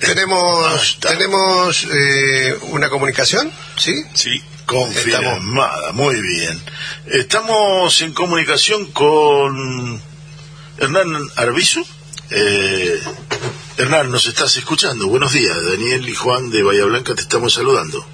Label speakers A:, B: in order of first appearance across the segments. A: Tenemos, tenemos eh, una comunicación, ¿sí?
B: Sí, confirmada, muy bien. Estamos en comunicación con Hernán Arbizu. Eh, Hernán, nos estás escuchando. Buenos días, Daniel y Juan de Bahía Blanca, te estamos saludando.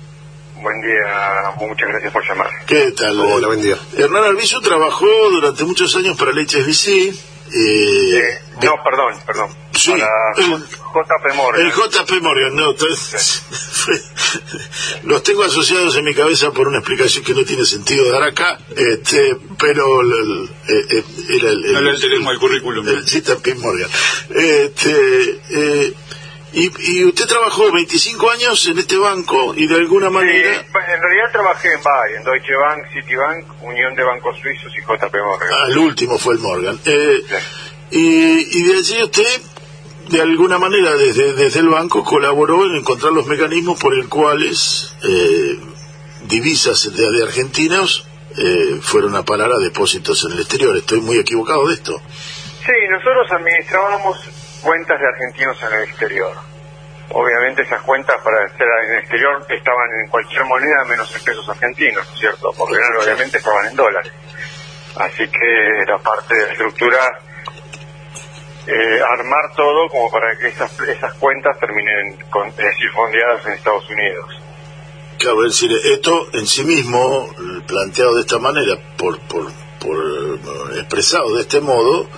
C: Buen día, muchas gracias por llamar.
B: ¿Qué tal?
A: Hola, buen día.
B: Hernán Arbizu trabajó durante muchos años para Leches BC. eh,
C: Eh, no, perdón, perdón.
B: Sí,
C: Para
B: el-
C: JP Morgan.
B: El JP Morgan, no. t- Los tengo asociados en mi cabeza por una explicación que no tiene sentido dar acá, este, pero el, el- eh, eh, era el- el-
D: No le alteremos el currículum.
B: el JP Morgan. Este, eh, y, y usted trabajó 25 años en este banco y de alguna
C: Sí,
B: manera...
C: en realidad trabajé en varios, en Deutsche Bank, Citibank, Unión de Bancos Suizos y JP Morgan.
B: Ah, el último fue el Morgan. Eh,
C: Sí.
B: y, y de allí usted, de alguna manera, desde, desde el banco, colaboró en encontrar los mecanismos por el cuales eh, divisas de, de argentinos eh, fueron a parar a depósitos en el exterior. Estoy muy equivocado de esto.
C: Sí, nosotros administrábamos cuentas de argentinos en el exterior. Obviamente esas cuentas para ser en el exterior estaban en cualquier moneda menos en pesos argentinos, ¿no es ¿cierto? Porque eran, obviamente estaban en dólares. Así que la parte de estructura, eh, armar todo como para que esas, esas cuentas terminen, con, es decir, fondeadas en Estados Unidos.
B: Claro, es decir, esto en sí mismo, eh, planteado de esta manera, por, por, por expresado de este modo,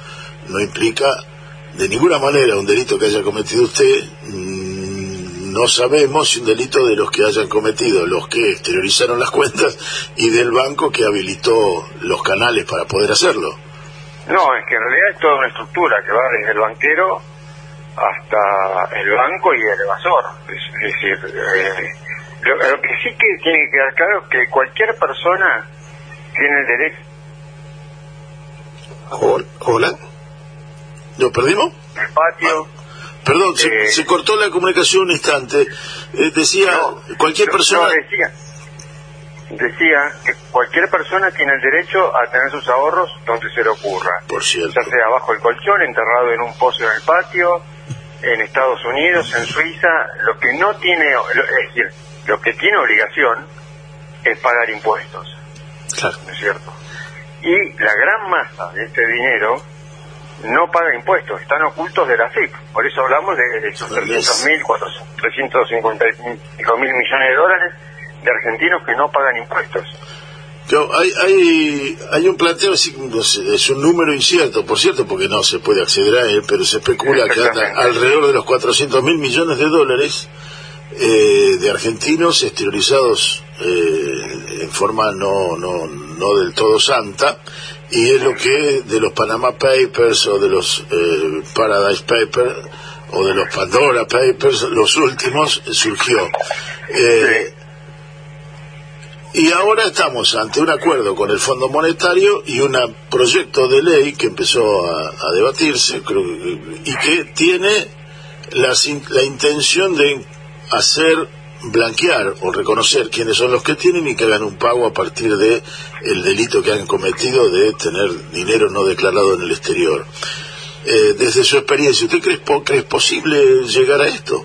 B: no implica de ninguna manera un delito que haya cometido usted. Mm, No sabemos si un delito de los que hayan cometido, los que exteriorizaron las cuentas y del banco que habilitó los canales para poder hacerlo.
C: No, es que en realidad es toda una estructura que va desde el banquero hasta el banco y el evasor. Es, es decir, eh, lo, lo que sí que tiene que quedar claro es que cualquier persona tiene el derecho.
A: Hol- Hola.
B: ¿Lo perdimos?
C: al patio.
B: Ah, Perdón, se,
C: Eh.
B: se cortó la comunicación un instante. Eh, decía,
C: No,
B: cualquier
C: no,
B: persona...
C: no, decía, decía que cualquier persona tiene el derecho a tener sus ahorros donde se le ocurra.
B: Por cierto.
C: ya sea bajo el colchón, enterrado en un pozo en el patio, en Estados Unidos, en Suiza, lo que no tiene, lo- es decir, lo que tiene obligación es pagar impuestos,
B: Claro.
C: ¿no es cierto? Y la gran masa de este dinero no paga impuestos, están ocultos de la FIP. Por eso hablamos de esos 300.000, 355 mil millones de dólares de argentinos que no pagan impuestos.
B: Yo, hay, hay, hay un planteo, sí, no sé, es un número incierto, por cierto, porque no se puede acceder a él, pero se especula que anda
C: Exactamente.
B: alrededor de los 400 mil millones de dólares eh, de argentinos exteriorizados eh, en forma no, no, no del todo santa, y es lo que de los Panama Papers o de los eh, Paradise Papers o de los Pandora Papers, los últimos, eh, surgió. Eh, y ahora estamos ante un acuerdo con el Fondo Monetario y un proyecto de ley que empezó a, a debatirse creo que- y que tiene las in- la, intención de hacer blanquear o reconocer quiénes son los que tienen y que hagan un pago a partir de el delito que han cometido de tener dinero no declarado en el exterior. Eh, desde su experiencia, ¿usted cree, po- cree posible llegar a esto?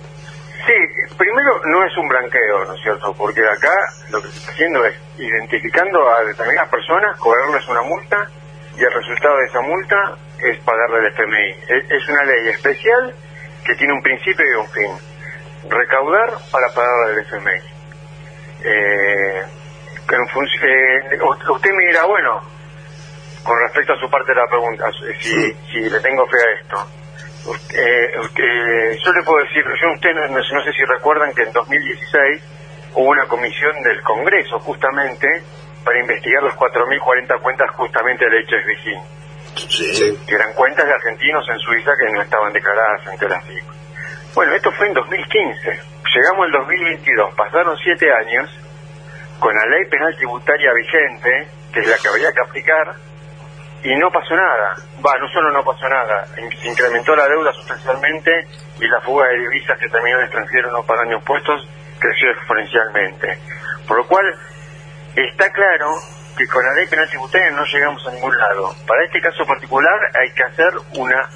C: Sí, primero no es un blanqueo, ¿no es cierto? Porque acá lo que se está haciendo es identificando a determinadas personas, cobrarles una multa y el resultado de esa multa es pagarle el FMI. E- Es una ley especial que tiene un principio y un fin. Recaudar para pagarle el FMI. Eh, en func- eh, u- usted me dirá, bueno, con respecto a su parte de la pregunta, eh, si, si le tengo fe a esto. Eh, eh, yo le puedo decir, yo usted no, no- no sé si recuerdan que en 2016 hubo una comisión del Congreso justamente para investigar las 4.040 cuentas justamente del HSBC,
A: Sí.
C: que eran cuentas de argentinos en Suiza que no estaban declaradas ante la FIP. Bueno, esto fue en 2015. Llegamos al 2022, pasaron siete años con la ley penal tributaria vigente, que es la que habría que aplicar, y no pasó nada. Va, no solo no pasó nada, in- se incrementó la deuda sustancialmente y la fuga de divisas que terminó en el extranjero no pagando impuestos creció exponencialmente. Por lo cual, está claro que con la ley penal tributaria no llegamos a ningún lado. Para este caso particular hay que hacer una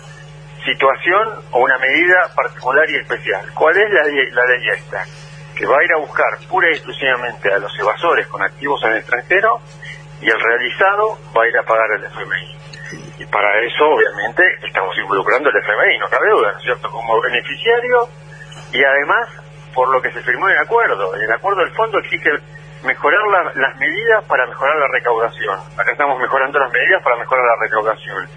C: situación o una medida particular y especial. ¿Cuál es la, de- la ley esta? Que va a ir a buscar pura y exclusivamente a los evasores con activos en el extranjero y el realizado va a ir a pagar al FMI. Y para eso, obviamente, estamos involucrando al FMI, no cabe duda, ¿no es cierto?, como beneficiario y además por lo que se firmó en el acuerdo. En el acuerdo del fondo exige mejorar la- las medidas para mejorar la recaudación. Acá estamos mejorando las medidas para mejorar la recaudación.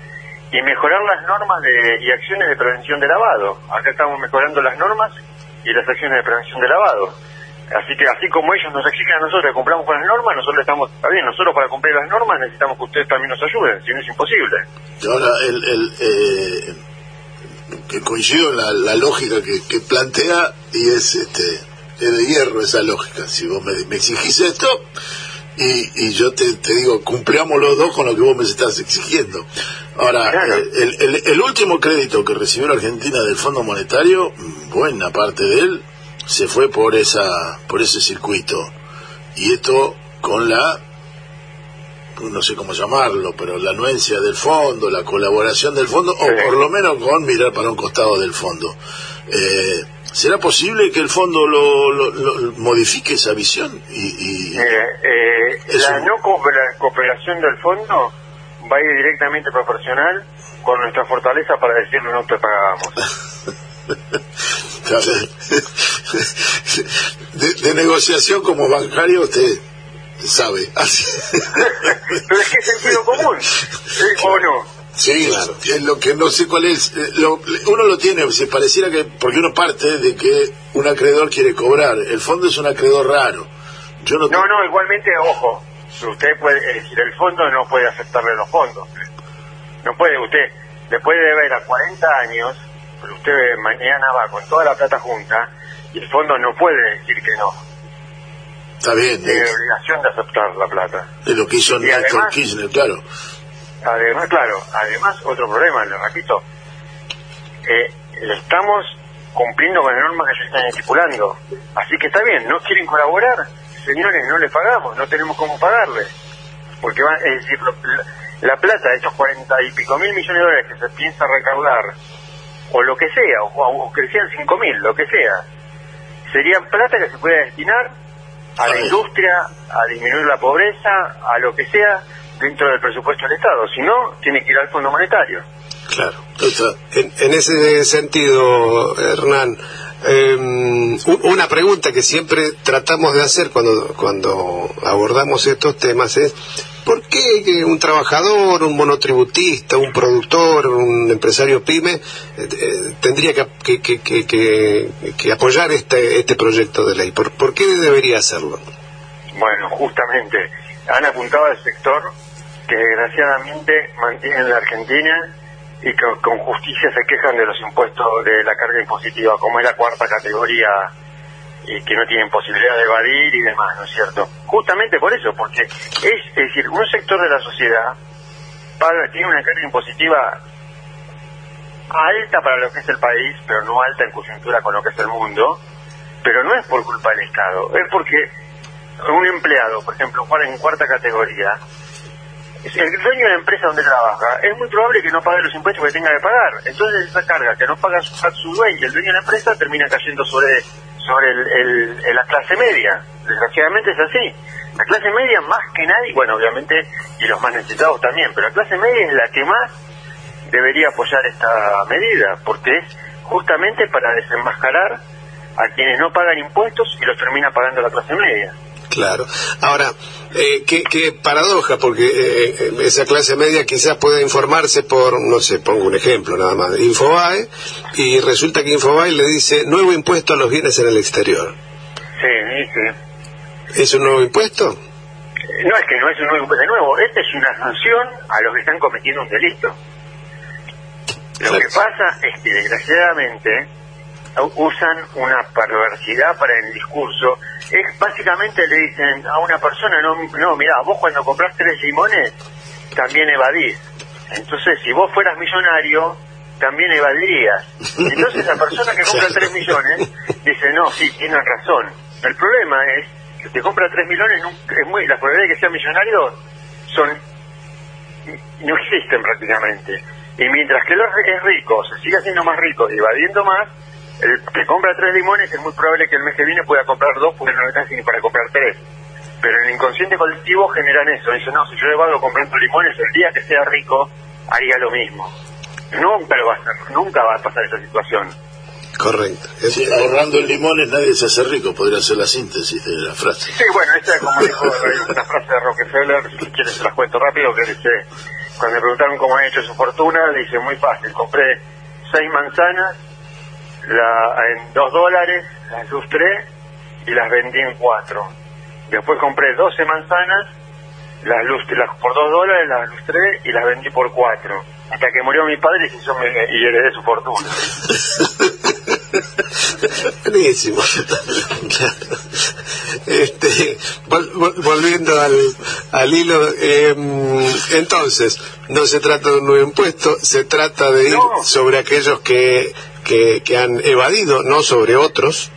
C: Y mejorar las normas de- y acciones de prevención de lavado. Acá estamos mejorando las normas y las acciones de prevención de lavado. Así que así como ellos nos exigen a nosotros que cumplamos con las normas, nosotros estamos, está bien, nosotros para cumplir las normas necesitamos que ustedes también nos ayuden, si no es imposible.
B: Y ahora, el, el, eh, que coincido en la, la lógica que, que plantea y es este es de hierro esa lógica. Si vos me, me exigís esto y, y yo te, te digo, cumplamos los dos con lo que vos me estás exigiendo. Ahora,
C: Claro.
B: eh, el, el- el último crédito que recibió la Argentina del Fondo Monetario, mm, buena parte de él, se fue por, esa, por ese circuito. Y esto con la pues no sé cómo llamarlo, pero la anuencia del fondo, la colaboración del fondo, o
C: Sí.
B: por lo menos con mirar para un costado del fondo. Eh, ¿Será posible que el fondo lo, lo- lo- modifique esa visión? Y, y-
C: Mire, eh,
B: Es
C: la
B: un-
C: no co- la cooperación del fondo va a ir directamente proporcional con nuestra fortaleza para decirle no te pagamos.
B: a ver, de, de negociación como bancario usted sabe.
C: Pero es que es sentido común, ¿eh? ¿o no?
B: Sí, claro. Es lo que no sé cuál es. eh, lo- uno lo tiene, se pareciera que. Porque uno parte de que un acreedor quiere cobrar. El fondo es un acreedor raro. Yo no,
C: No, no, igualmente, ojo, usted puede elegir el fondo, no puede aceptarle los fondos. No puede, usted, después de ver a 40 años, pero usted mañana va con toda la plata junta y el fondo no puede decir que no.
B: Está bien,
C: Tiene
B: es,
C: obligación de aceptar la plata.
B: es lo que hizo
C: Eh, Y
B: Néstor
C: además-
B: Kirchner, claro.
C: Además, claro, además otro problema, le repito, eh, estamos cumpliendo con las normas que se están estipulando. Así que está bien, no quieren colaborar, señores, no les pagamos, no tenemos cómo pagarles. Porque va, es decir, lo- la, la plata de esos cuarenta y pico mil millones de dólares que se piensa recaudar, o lo que sea, o, o que sean cinco mil, lo que sea, serían plata que se puede destinar a la
B: Ay.
C: industria, a disminuir la pobreza, a lo que sea dentro del presupuesto del Estado. Si no, tiene que ir al Fondo Monetario.
B: Claro. Está-
A: En, en ese sentido, Hernán, eh, u- una pregunta que siempre tratamos de hacer cuando, cuando abordamos estos temas es, ¿por qué que un trabajador, un monotributista, un productor, un empresario pyme eh, eh, tendría que, que- que- que- que- que apoyar este, este proyecto de ley? ¿Por, ¿Por qué debería hacerlo?
C: Bueno, justamente han apuntado al sector que desgraciadamente mantiene en la Argentina y que con justicia se quejan de los impuestos de la carga impositiva, como es la cuarta categoría y que no tienen posibilidad de evadir y demás, ¿no es cierto? Justamente por eso, porque es, es decir, un sector de la sociedad paga- tiene una carga impositiva alta para lo que es el país, pero no alta en coyuntura con lo que es el mundo, pero no es por culpa del Estado, es porque un empleado, por ejemplo, Juan en cuarta categoría, es el dueño de la empresa donde trabaja es muy probable que no pague los impuestos que tenga que pagar. Entonces esa carga que no paga su, su dueño, el dueño de la empresa, termina cayendo sobre, sobre el, el- el- la clase media. Desgraciadamente es así. La clase media más que nadie, bueno, obviamente, y los más necesitados también, pero la clase media es la que más debería apoyar esta medida, porque es justamente para desenmascarar a quienes no pagan impuestos y los termina pagando la clase media.
A: Claro. Ahora, eh, qué, qué paradoja, porque eh, eh, esa clase media quizás puede informarse por, no sé, pongo un ejemplo nada más, Infobae, y resulta que Infobae le dice nuevo impuesto a los bienes en el exterior.
C: Sí, sí.
A: ¿Es un nuevo impuesto?
C: No es que no es un nuevo, de nuevo, esta es una sanción a los que están cometiendo un delito. Lo que pasa es que desgraciadamente u- usan una perversidad para el discurso. Es básicamente le dicen a una persona, no, no mira, vos cuando compras tres limones también evadís. Entonces, si vos fueras millonario, también evadirías. Entonces, la persona que compra 3 millones dice, no, sí, tienen razón. El problema es que te compra 3 millones, nunca- es muy, las probabilidades de que sea millonario son no existen prácticamente. Y mientras que él es rico, se sigue haciendo más rico, evadiendo más, el que compra tres limones es muy probable que el mes que viene pueda comprar dos porque no le alcanza ni para comprar tres. Pero en el inconsciente colectivo generan eso. Dicen, no, si yo evado comprando limones, el día que sea rico, haría lo mismo. Nunca lo va a hacer, nunca va a pasar esa situación.
A: Correcto.
B: Sí, ahorrando en limones nadie se hace rico, podría ser la síntesis de la frase.
C: Sí, bueno, esta como dijo una frase de Rockefeller, si quieres se las cuento rápido, que dice, cuando me preguntaron cómo ha hecho su fortuna, dice, muy fácil, compré seis manzanas la, en dos dólares, las lustré y las vendí en cuatro. Después compré 12 manzanas, las lustré, las, por dos dólares las lustré y las vendí por cuatro. Hasta que murió mi padre y, yo me, y heredé su fortuna.
A: Buenísimo. Claro. este, vol- vol- volviendo al, al hilo, eh, entonces, no se trata de un nuevo impuesto, se trata de ir
C: No.
A: sobre aquellos que, que, que han evadido, no sobre otros.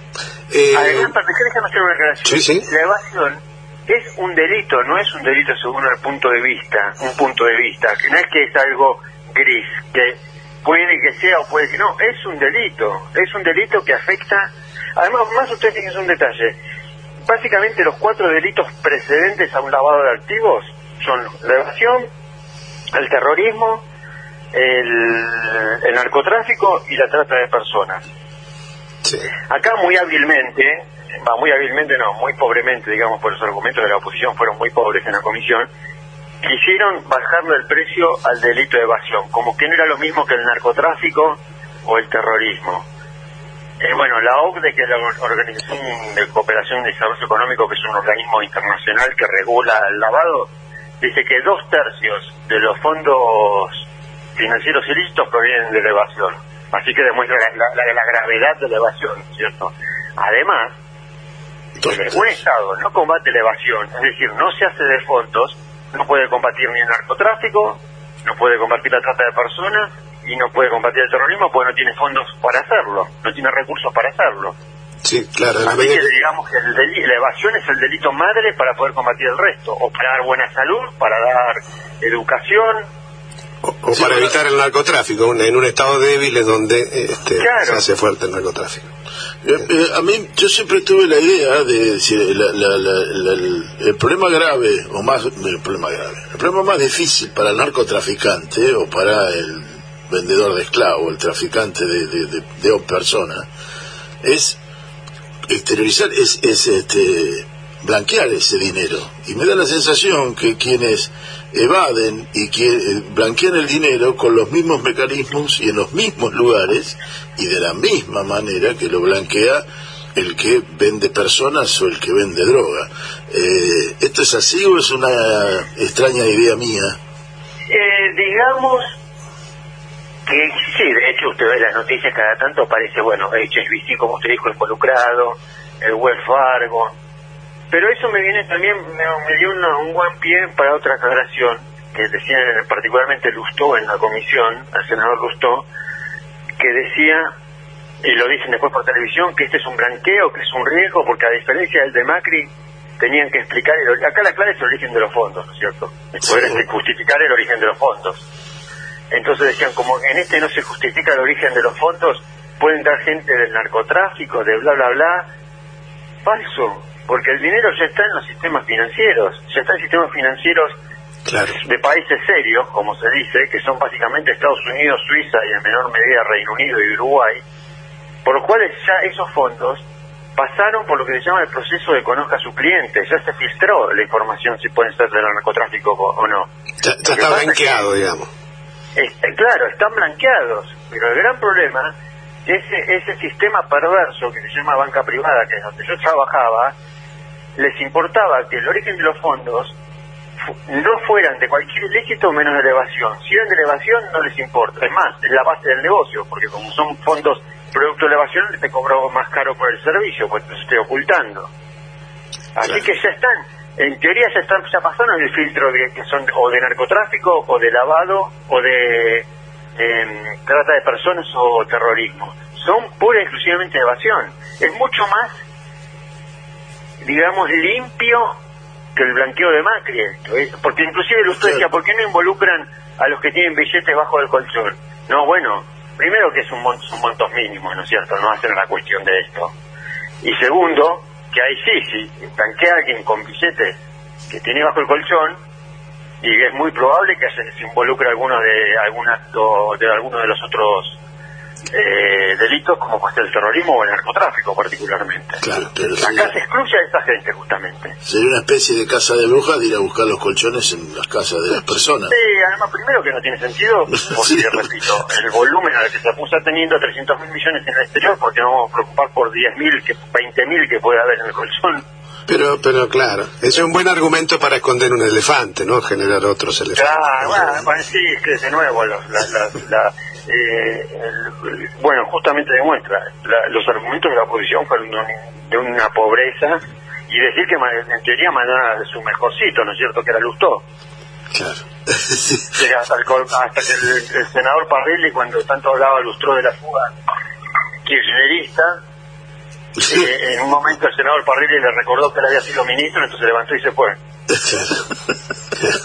A: Eh,
C: Además, para que déjame hacer una aclaración.
A: Sí, sí.
C: La evasión es un delito, no es un delito según el punto de vista, un punto de vista, que no es que es algo gris, que puede que sea o puede que no, es un delito, es un delito que afecta, además, más ustedes fíjense un detalle, básicamente los cuatro delitos precedentes a un lavado de activos son la evasión, el terrorismo, el- el narcotráfico y la trata de personas.
A: sí.
C: Acá muy hábilmente, va, muy hábilmente no, muy pobremente, digamos, por los argumentos de la oposición fueron muy pobres en la comisión, quisieron bajarle el precio al delito de evasión, como que no era lo mismo que el narcotráfico o el terrorismo. Eh, bueno, la OCDE, que es la Or- Organización de Cooperación y Desarrollo Económico, que es un organismo internacional que regula el lavado, dice que dos tercios de los fondos financieros ilícitos provienen de la evasión. Así que demuestra la, la- la gravedad de la evasión, ¿cierto? Además,
B: Entonces,
C: un Estado no combate la evasión, es decir, no se hace de fondos, no puede combatir ni el narcotráfico, no puede combatir la trata de personas y no puede combatir el terrorismo porque no tiene fondos para hacerlo, no tiene recursos para hacerlo.
A: Sí, claro. en la
C: Así
A: medida
C: que
A: que-
C: digamos que el deli- la evasión es el delito madre para poder combatir el resto, o para dar buena salud, para dar educación,
A: o, o
B: Sí,
A: para
B: bueno.
A: evitar el narcotráfico, un- en un estado débil es donde este,
C: Claro.
A: se hace fuerte el narcotráfico.
B: eh, eh, a mí, yo siempre tuve la idea de decir, la- la- la- la- el, el problema grave, o más, no, el problema grave, el problema más difícil para el narcotraficante o para el vendedor de esclavos, el traficante de, de, de- de personas, es exteriorizar, es, es este, blanquear ese dinero. Y me da la sensación que quienes evaden y que eh, blanquean el dinero con los mismos mecanismos y en los mismos lugares y de la misma manera que lo blanquea el que vende personas o el que vende droga. Eh, ¿Esto es así o es una extraña idea mía?
C: Eh, digamos que sí, de hecho usted ve las noticias cada tanto, parece, bueno, HSBC, como usted dijo, involucrado, el Wells Fargo, pero eso me viene también, me, me dio una- un buen pie para otra aclaración, que decía particularmente Lustó en la comisión, el senador Lustó, que decía, y lo dicen después por televisión, que este es un blanqueo, que es un riesgo, porque a diferencia del de Macri, tenían que explicar, el ori- acá la clave es el origen de los fondos, ¿no es cierto? Es poder
A: Sí.
C: justificar el origen de los fondos. Entonces decían, como en este no se justifica el origen de los fondos, pueden dar gente del narcotráfico, de bla, bla, bla, Falso, porque el dinero ya está en los sistemas financieros, ya está en sistemas financieros
A: Claro.
C: de países serios, como se dice, que son básicamente Estados Unidos, Suiza y en menor medida Reino Unido y Uruguay, por los cuales ya esos fondos pasaron por lo que se llama el proceso de conozca a su cliente, ya se filtró la información si pueden ser del narcotráfico o o no.
A: Ya, ya
C: Lo que
A: está
C: pasa es
A: blanqueado, digamos.
C: Este, claro, están blanqueados, pero el gran problema es ese, ese sistema perverso que se llama banca privada, que es donde yo trabajaba, les importaba que el origen de los fondos fu- no fueran de cualquier ilícito menos de elevación. Si eran de elevación, no les importa. Es más, es la base del negocio, porque como son fondos producto de elevación, te cobro más caro por el servicio, pues te estoy ocultando. Así
A: Claro.
C: que ya están, en teoría ya están, ya pasaron el filtro de que son o de narcotráfico, o de lavado, o de em, trata de personas o terrorismo. Son pura y exclusivamente evasión. Es mucho más digamos, limpio que el blanqueo de Macri esto, ¿eh? porque inclusive usted decía, ¿por qué no involucran a los que tienen billetes bajo el colchón? No, bueno, primero que es un mon- son montos mínimos, ¿no es cierto? No hacen la cuestión de esto. Y segundo, que ahí sí, si blanquea a alguien con billetes que tiene bajo el colchón, y es muy probable que se, se involucre alguno de algún acto de alguno de los otros eh, delitos como puede ser el terrorismo o el narcotráfico particularmente.
B: Claro, pero
C: Acá
B: sería,
C: se excluye a esta gente justamente.
B: sería una especie de casa de brujas de ir a buscar los colchones en las casas de las personas.
C: Sí, además, primero que no tiene sentido, porque,
B: Sí.
C: repito, el volumen al que se puso teniendo 300 mil millones en el exterior, porque no vamos a preocupar por 10 mil, 20 mil que puede haber en el colchón.
A: Pero, pero claro, ese es un buen argumento para esconder un elefante, ¿no? Generar otros elefantes.
C: Claro, bueno, bueno, sí, es que de nuevo, los- la- la- la, eh, el- el- bueno, justamente demuestra, la- los argumentos de la oposición fueron de un- de una pobreza y decir que ma- en teoría mandaba su mejorcito, ¿no es cierto?, que era Lustó.
B: Claro. Sí.
C: que era hasta, el, col- hasta que el, el senador Parrilli, cuando tanto hablaba, lustró de la fuga kirchnerista, eh, en un momento el senador Parrilli le recordó que él había sido ministro, entonces levantó y se fue.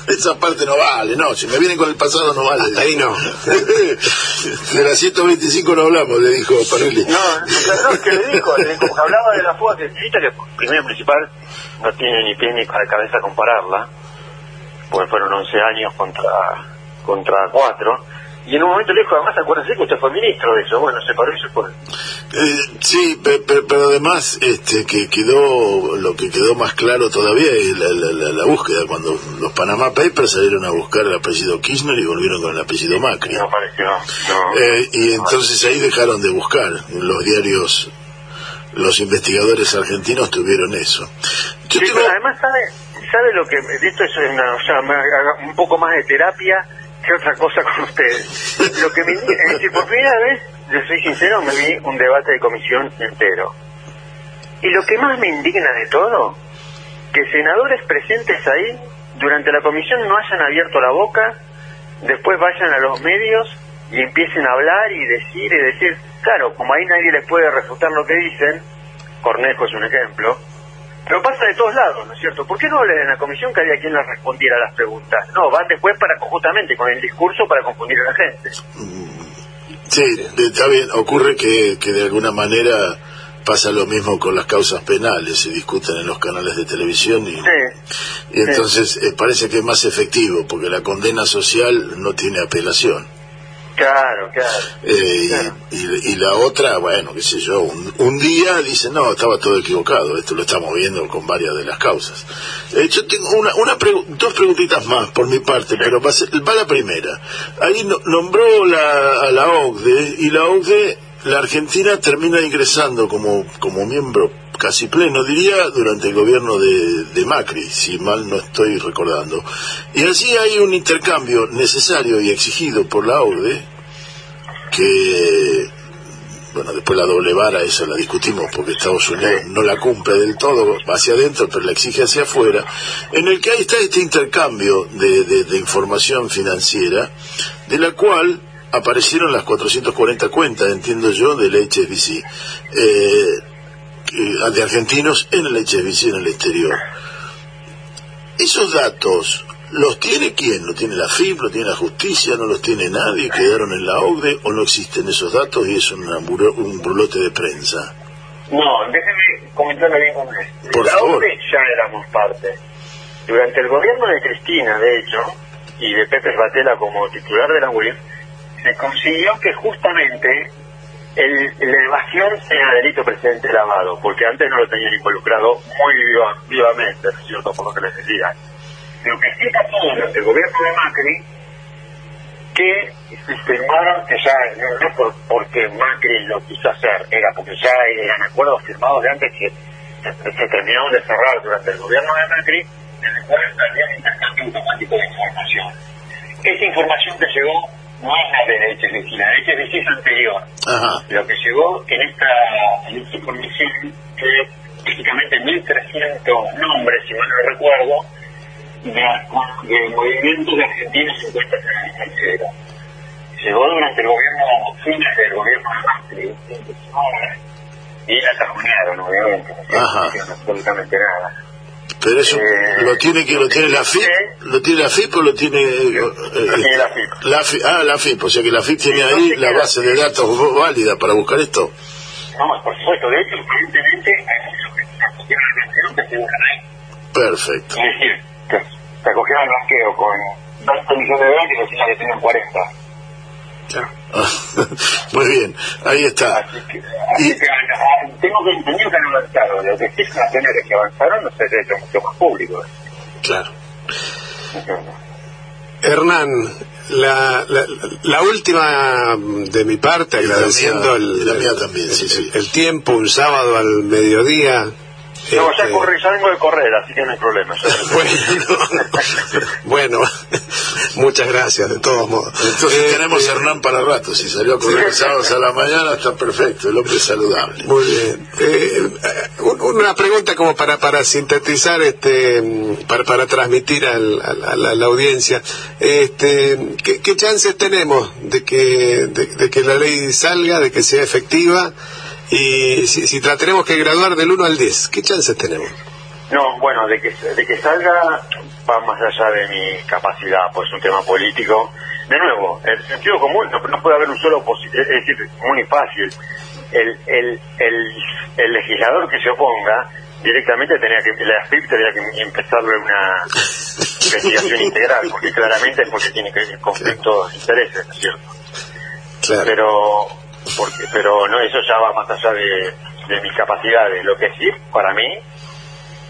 B: Esa parte no vale, no, si me vienen con el pasado no vale.
A: Ahí no.
B: De las 125 no hablamos, le dijo Parrilli.
C: No, no, no, que le dijo, le dijo, hablaba de la fuga kirchnerista, que primero y principal no tiene ni pie ni ca- cabeza compararla, porque fueron 11 años contra contra 4, y en un momento le dijo, además acuérdense que usted fue ministro de eso, bueno, se paró y se fue.
B: Eh, sí, pe- pe- pero, además este, que quedó lo que quedó más claro todavía es la, la- la- la búsqueda cuando los Panama Papers salieron a buscar el apellido Kirchner y volvieron con el apellido Macri.
C: No apareció, no.
B: Eh, y entonces ahí dejaron de buscar los diarios, los investigadores argentinos tuvieron eso. Yo
C: Sí,
B: tengo-
C: pero además sabe, sabe lo que esto es una, o sea, ma- haga- un poco más de terapia que otra cosa con ustedes. Lo que me, es decir, por primera vez, yo soy sincero, me vi un debate de comisión entero. Y lo que más me indigna de todo, que senadores presentes ahí durante la comisión no hayan abierto la boca, después vayan a los medios y empiecen a hablar y decir y decir, claro, como ahí nadie les puede refutar lo que dicen, Cornejo es un ejemplo, pero pasa de todos lados, ¿no es cierto? ¿Por qué no hablan en la comisión que había quien les respondiera a las preguntas? No, van después para justamente con el discurso para confundir a la gente.
B: Sí, está bien. Ocurre que, que de alguna manera pasa lo mismo con las causas penales, se discuten en los canales de televisión y,
C: Sí,
B: y entonces eh, parece que es más efectivo porque la condena social no tiene apelación.
C: claro, claro.
B: Eh, y-
C: Claro.
B: y, y la otra, bueno, qué sé yo, un, un día dice, no, estaba todo equivocado, esto lo estamos viendo con varias de las causas. Eh, yo tengo una, una pregu- dos preguntitas más por mi parte, pero va, a ser- va la primera. Ahí no- nombró la, a la OCDE y la OCDE, la Argentina termina ingresando como, como miembro casi pleno, diría, durante el gobierno de, de Macri, si mal no estoy recordando. Y así hay un intercambio necesario y exigido por la OCDE que bueno, después la doble vara, eso la discutimos porque Estados Unidos no la cumple del todo hacia adentro, pero la exige hacia afuera, en el que ahí está este intercambio de, de- de información financiera, de la cual aparecieron las 440 cuentas, entiendo yo, del HSBC, eh, que- de argentinos en el HSBC en el exterior. Esos datos, ¿los tiene quién? ¿Lo tiene la FIP? ¿Lo tiene la justicia? ¿No los tiene nadie? ¿Quedaron en la OCDE o no existen esos datos y es una buro- un burlote de prensa?
C: No, déjeme comentarlo bien con usted.
B: Por
C: la
B: favor.
C: OCDE ya éramos parte. Durante el gobierno de Cristina, de hecho, y de Pepe Batela como titular de la UIF, se consiguió que justamente el, la evasión sea delito presente lavado, porque antes no lo tenían involucrado muy viva- vivamente, ¿no es cierto? Por lo que les decía. Lo que sí pasó durante el gobierno de Macri que se firmaron, que ya no, no por- porque Macri lo quiso hacer, era porque ya eran acuerdos firmados de antes que se, se terminaron de cerrar durante el gobierno de Macri, en el cual había intercambio automático de información. Esa información que llegó no es la de HSBC, la de HSBC es anterior.
B: Ajá,
C: Lo que llegó en esta, en esta comisión es básicamente 1.300 nombres, si mal no recuerdo, de, de movimientos de argentinos en cuentas en el extranjero. Llegó durante el gobierno, fines del gobierno de Macri, en 19, y la cajonearon, obviamente, no
B: Ajá.
C: hicieron absolutamente nada.
B: Pero eso
C: Eh,
B: lo tiene que lo tiene la FIP,
C: ¿Eh?
B: lo tiene la FIP o lo tiene, eh,
C: tiene la FIP.
B: la FIP. Ah, la FIP, o sea que la FIP tiene
C: Sí, no
B: ahí
C: sé
B: la
C: qué
B: base de datos válida para buscar esto.
C: Vamos, por supuesto, de hecho, evidentemente, es lo que se acogieron al blanqueo que se buscan ahí.
B: Perfecto.
C: Es decir, que se acogieron al blanqueo con 20 millones de dólares y al final le tenían 40.
B: Muy bien, ahí está.
C: Así que, así
B: Y-
C: que ah, tengo que entender que han avanzado. Lo que sí son las señales que avanzaron, no sé, de hecho, mucho más público.
B: Claro.
C: Este,
A: Hernán, la, la- la última de mi parte,
B: Y la
A: agradeciendo
B: mía-
A: el,
B: y la mía también, sí, sí.
A: el tiempo, un sábado al mediodía.
C: No, ya
A: este,
C: corrí, ya vengo de correr, así que no hay problema. ya-
A: Bueno, bueno, muchas gracias de todos modos.
B: Entonces
A: Eh,
B: tenemos
A: eh,
B: a Hernán para rato. Si salió con los sábados a la mañana, está perfecto. El hombre es saludable.
A: Muy bien. Eh, eh, un- una pregunta como para, para sintetizar, este, mm, para, para transmitir al- al- a, la, a la audiencia. Este, ¿qué, qué chances tenemos de que, de, de que la ley salga, de que sea efectiva? Y si, si la tenemos que graduar del 1 al 10, ¿qué chances tenemos?
C: No, bueno, de que, de que salga va más allá de mi capacidad, pues es un tema político. De nuevo, el sentido común, no, no puede haber un solo opositor, es decir, muy fácil. El, el, el, el legislador que se oponga directamente tenía que, la FIP tendría que empezarle una investigación integral, porque claramente es porque tiene que ver conflictos de intereses, ¿no es cierto?
A: Claro.
C: pero porque pero no eso ya va más allá de, de mis capacidades lo que sí para mí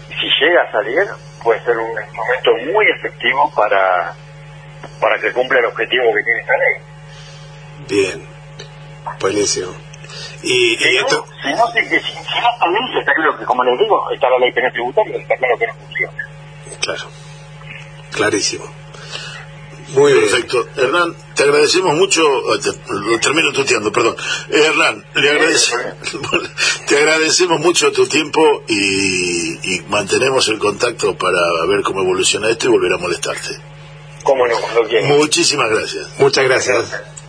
C: si llega a salir puede ser un momento muy efectivo para para que cumpla el objetivo que tiene esta ley
A: Bien. Buenísimo. Y, y
C: si no,
A: esto,
C: si no si, si- si no sale, está claro que como les digo está la ley penal tributaria está claro que no funciona
A: claro. Clarísimo. Muy bien.
B: Perfecto. Hernán, te agradecemos mucho. eh, te- lo termino tuteando, perdón. Eh, Hernán, le agradece- te agradecemos mucho tu tiempo y, y mantenemos el contacto para ver cómo evoluciona esto y volver a molestarte.
C: cómo no cuando quiera
B: Muchísimas gracias.
A: Muchas gracias.